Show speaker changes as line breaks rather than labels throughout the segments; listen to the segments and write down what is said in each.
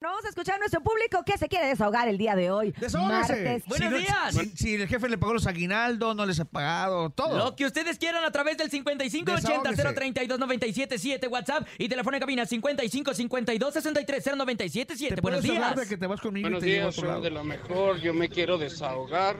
vamos a escuchar a nuestro público que se quiere desahogar el día de hoy.
Desahógese.
Martes.
Si
Buenos
no-
días.
Si, si el jefe le pagó los aguinaldos, no les ha pagado, todo.
Lo que ustedes quieran a través del 5580-032-977 WhatsApp y teléfono en cabina 5552-630977.
Te
Buenos
puedes
días.
hablar de que te vas conmigo
Buenos
y te llevo a
días,
otro
soy
lado.
de lo mejor. Yo me quiero desahogar.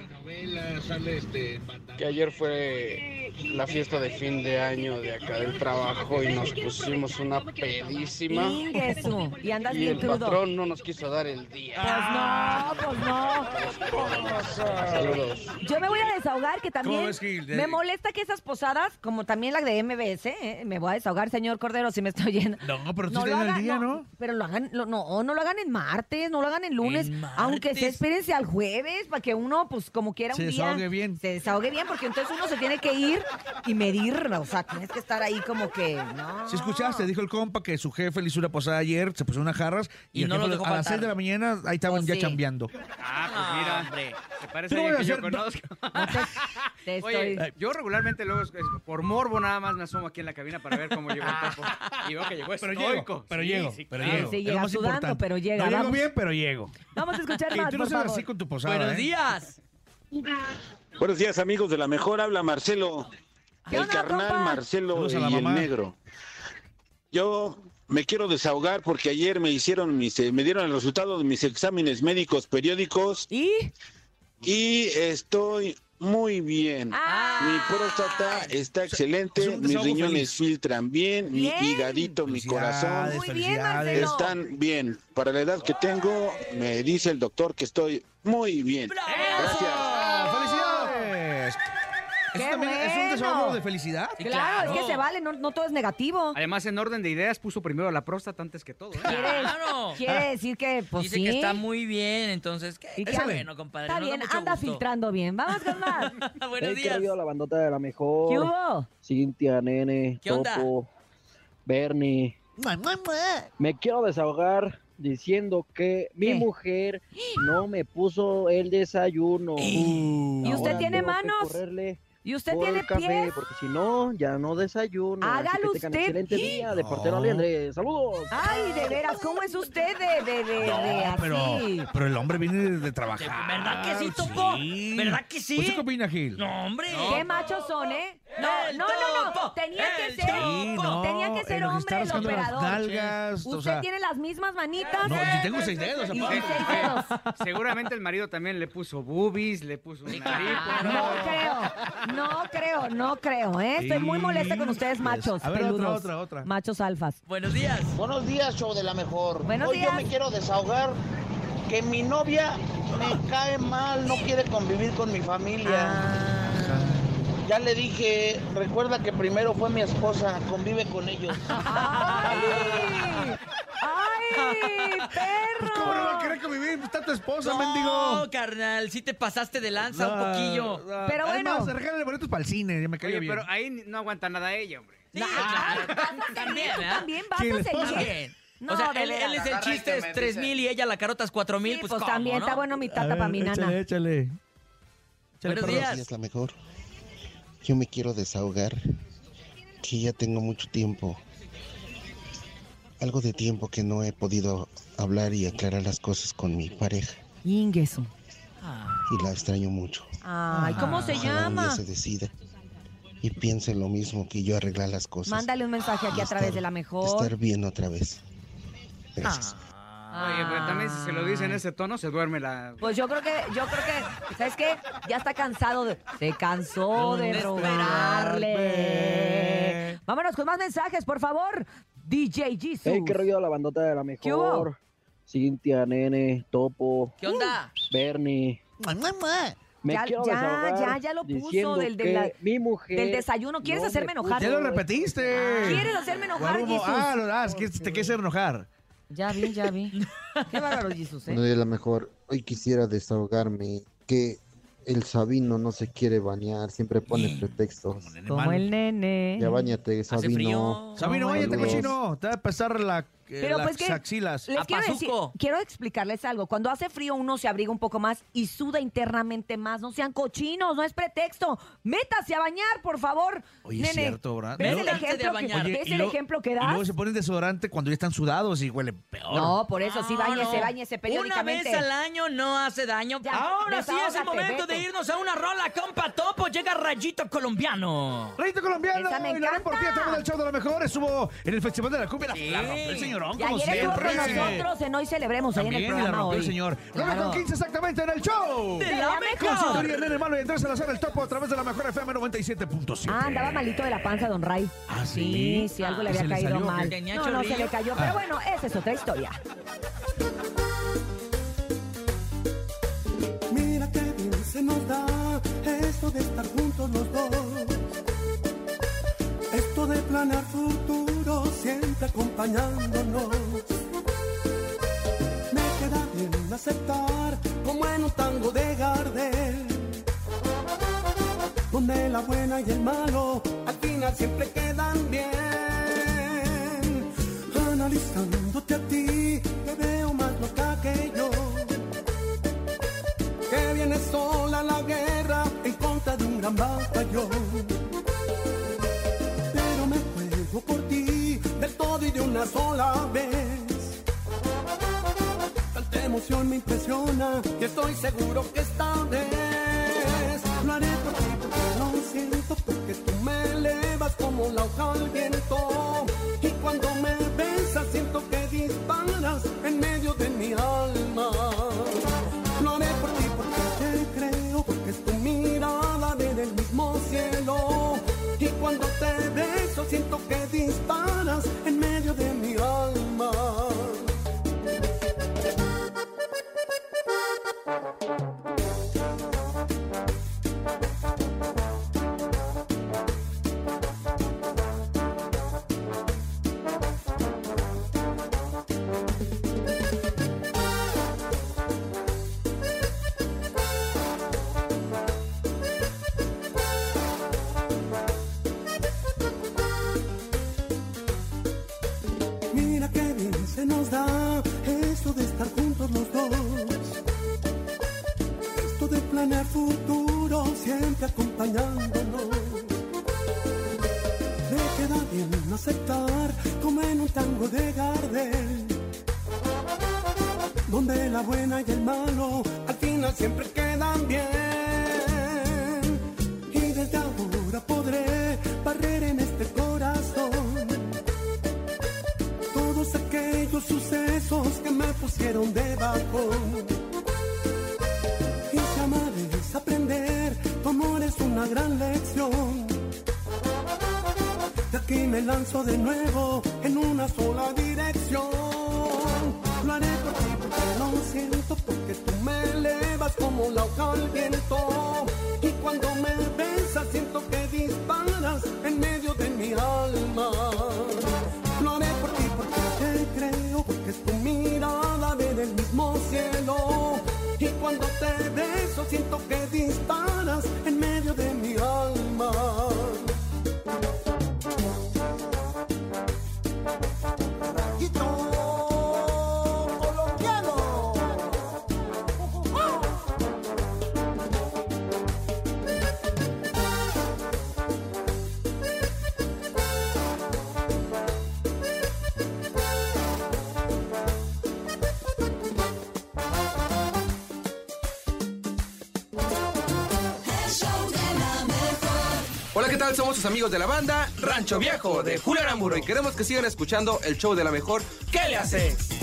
Que ayer fue la fiesta de fin de año de acá del trabajo y nos pusimos una pedísima.
Ingesu. Y andas
Y
bien
el
crudo.
patrón no nos quiso dar el día.
Pues no, pues no. Ah.
Saludos.
Yo me voy a desahogar que también
¿Cómo es, Gil? De-
me molesta que esas posadas, como también la de MBS, ¿eh? me voy a desahogar, señor Cordero, si me estoy oyendo.
No, pero tú te dan el día, ¿no?
Pero lo hagan, lo- no, no lo hagan en martes, no lo hagan en lunes,
¿En
aunque se
martes?
espérense al jueves para que uno, pues como quiera
Se
un día.
desahogue bien.
Se desahogue bien, porque entonces uno se tiene que ir y medir, o sea, tienes que estar ahí como que, no.
Si escuchaste, dijo el compa que su jefe le hizo una posada ayer, se puso unas jarras y,
Y
el
no
jefe
lo dejó
a las
faltar.
6 de la mañana ahí estaban
Pues
ya
sí.
chambeando.
Ah, pues mira, te parece
Yo
alguien
voy a
que yo
hacer do-
conozco.
Te estoy...
Oye, yo regularmente luego, es- por morbo nada más me asomo aquí en la cabina para ver cómo llegó el topo. Y veo que llegó
Pero
estoico.
llego, pero
Sí,
llego,
sí,
pero
claro.
llego.
Sí,
Es lo
llega
más
sudando,
importante.
pero llega,
No llego
vamos.
bien, pero llego.
Vamos a escuchar
Y
más,
tú no
por
seas
favor.
así con tu posada,
Buenos
¿eh?
días.
Buenos días, amigos de la mejor. Habla Marcelo,
¿Qué
el
onda,
carnal
compa?
Marcelo
Saludos a la
y el
mamá.
negro. Yo me quiero desahogar porque ayer me hicieron mis, eh, me dieron el resultado de mis exámenes médicos periódicos
¿Y?
y estoy muy bien. Mi
¡Ah!
próstata está
es
excelente,
un
mis
desahogo
riñones filtran bien, mi
Bien.
hígadito, mi corazón
Felicidades,
Muy bien,
felicidades.
Marcelo.
están bien. Para la edad que tengo, me dice el doctor que estoy muy bien.
¡Bravo!
Gracias.
¡Ah, ¡Felicidades!
¡Qué
Eso también es un
bueno!
desahogo de felicidad.
Sí,
Claro, es que
claro.
se vale, no, no todo es negativo.
Además, en orden de ideas, puso primero la próstata antes que todo. ¿eh?
Claro.
Quiere decir que, pues
Dice
sí.
que está muy bien, entonces, ¿qué?
Y que-
Está bueno, compadre.
Está
nos da
bien,
mucho
anda
gusto.
filtrando bien. Vamos con más.
Buenos
Hey, ¿qué ha
días.
habido la bandota de la mejor?
¿Qué hubo?
Cintia, Nene,
¿Qué onda?
Topo, Bernie. Me quiero desahogar diciendo
¿Qué?
que mi mujer no me puso el desayuno.
¿Y usted
Ahora
tiene
tengo que
manos?
correrle
¿Y usted
por
tiene
el café,
pies?
Porque si no, ya no desayuno. Así que
Hágalo
tengan
usted.
excelente día de portero
Ah.
No.
Alejandre. ¡Saludos!
Ay, de veras, ¿cómo es usted de, de, de, de
No,
así?
pero, pero el hombre viene de, de trabajar.
¿Verdad que sí, Topo? ¿Verdad que sí?
¿Usted qué opina, Gil?
No, hombre.
¿Qué machos son, eh? No,
El
no, no, no.
topo,
Tenía que
el
ser,
topo. Sí, no,
tenía que ser
en lo que está
hombre el
rascando las
operador.
nalgas, o
Usted
sea,
tiene las mismas manitas.
No, si tengo seis dedos,
Y
aparte.
tiene seis dedos.
¿eh? Seguramente el marido también le puso boobies, le puso una
Ah, No creo, no creo, no creo, ¿eh? Estoy muy molesta con ustedes,
Híjoles.
machos.
pues. A ver, otra,
peludos,
otra, otra.
Machos alfas.
Buenos días.
Buenos días, show de la mejor.
Buenos
Hoy
días.
yo me quiero desahogar que mi novia me cae mal, no quiere convivir con mi
Ah.
familia. Ya le dije, recuerda que primero fue mi esposa, convive con ellos.
Ah, ¡Ay! ¡Ay, perro!
Pues, ¿Cómo no va a querer convivir? Está tu esposa, mendigo.
No, carnal, sí te pasaste de lanza un poquillo.
Pero bueno.
Además, regálale boletos para el cine, ya me cayó
Oye,
bien.
pero ahí ni- no aguanta nada ella, hombre.
Sí,
Ah,
claro.
vas a seguir,
También,
tú
¿verdad?
¿Ah? También vas
¿Quién
a
les
seguir.
También.
No,
o sea,
de
él, él
veras.
es el chiste, es 3000 y ella la carota es 4000,
Sí,
pues,
pues,
¿cómo,
también
no?
está bueno mi tata para mi nana.
Échale, échale.
Buenos días.
la mejor. Yo me quiero desahogar, que ya tengo mucho tiempo, algo de tiempo que no he podido hablar y aclarar las cosas con mi pareja
Ingueso.
y la extraño mucho.
Ay, ¿cómo se
Ojalá un día
llama?
se decida y piense lo mismo que yo arreglar las
pues,
cosas.
Mándale un mensaje aquí
y
a través
estar-
de la mejor. Ah,
Estar bien otra vez. Gracias.
Oye, pero también si se lo
Ah.
dice en ese tono, se duerme la...
Pues yo creo que, yo creo que, ¿sabes qué? Ya está cansado de. Se cansó de
De
rogarle.
esperarme.
Vámonos con más mensajes, por favor. DJ Jesus.
Hey, qué rollo la bandota de la mejor.
¿Qué hubo?
Cintia, Nene, Topo,
¿Qué onda?
Uh,
Bernie. Me
Ya-
quiero
ya,
desahogar
ya, ya lo puso
diciendo
del- de
que
la-
mi mujer
del desayuno. ¿Quieres
no
hacerme
me
enojar?
Ya
puso
lo repetiste.
¿Quieres hacerme enojar,
Guarumo.
Jesus?
Ah, lo das, que te quieres enojar.
Ya vi, ya vi. Qué bárbaro, Jesus, ¿eh?
Bueno, y a lo mejor hoy quisiera desahogarme que el Sabino no se quiere bañar, siempre pone pretextos.
Como el
Como
animal.
el nene.
Ya bañate,
Hace
Sabino.
frío.
Sabino,
Como el
váyate,
huevo.
cochino. Te va a pasar la que
Pero
las
pues que
axilas.
les quiero, decir- quiero explicarles algo. Cuando hace frío uno se abriga un poco más y suda internamente más. No sean cochinos, no es pretexto. Métase a bañar, por favor.
Oye,
nene.
es cierto, ¿verdad?
¿Ves
Luego-
el ejemplo, que,
Oye,
ves
y
el
luego-
ejemplo que
Y
das?
luego se ponen desodorante cuando ya están sudados y huele peor.
No, por eso sí,
No,
Ah,
bañese,
no.
bañese
Una vez
periódicamente.
al año no hace daño.
Ya,
Ahora sí es el
desahógate,
momento
vete.
de irnos a una rola, compa Topo. Llega Rayito Colombiano.
Rayito Colombiano,
Esa me
y la ven por ti,
encanta.
estamos en el show de la mejor. Estuvo en el Festival de la Cumbia, la, la rompió el señorón,
Y
como
ayer estuvo
siempre.
con nosotros en Hoy Celebremos, ahí en el
También y la
programa
rompió el
hoy.
señor.
Claro.
9 con 15 exactamente en el show.
¡De la
Con
mejor!
sintonía en el malo y Andrés Salazar, el topo a través de la mejor FM 97.7.
Ah, andaba malito de la panza, don Ray.
¿Ah,
Sí,
sí?
sí, algo le
Ah,
había
¿se le
caído
salió Ah. o qué?
mal.
¿Tenía
No, no se
chorrillo?
le cayó, pero bueno, esa es otra historia.
Mira qué bien se nos da esto de estar juntos los dos. Esto de planear futuro siempre acompañándonos. Me queda bien aceptar como en un tango de Gardel. Donde la buena y el malo al final siempre quedan bien. Analizándote a ti, te veo más loca que yo que viene sola a la guerra en contra de un gran batallón. Pero me juego por ti del todo y de una sola vez. Tanta emoción me impresiona y estoy seguro que esta vez lo haré por ti porque lo siento, porque tú me elevas como la hoja al viento. Y cuando me besas siento que disparas en medio de mi alma. Lo haré por ti porque te creo, porque es tu mirada desde el mismo cielo. Y cuando te beso siento que disparas en medio de mi alma. Mira qué bien se nos da esto de estar juntos los dos. Esto de planear futuro siempre acompañándonos. Me queda bien aceptar como en un tango de Gardel. Donde la buena y el malo al final siempre quedan bien. Y desde ahora podré barrer en este corazón todos aquellos sucesos que me pusieron de bajón. Y si amar es aprender, tu amor es una gran lección. De aquí me lanzo de nuevo en una sola dirección. Lo haré por ti porque lo siento, porque tú me elevas como la hoja al viento. Y cuando me besas siento que disparas en medio de mi alma. Lo haré por ti porque te creo, porque es tu mirada desde el mismo cielo. Y cuando te beso siento que disparas en medio de mi alma. Rayito colombiano.
Hola, ¿qué tal? Somos sus amigos de la banda Rancho Viejo de Julio Aramburo y queremos que sigan escuchando el show de la mejor. ¿Qué le haces?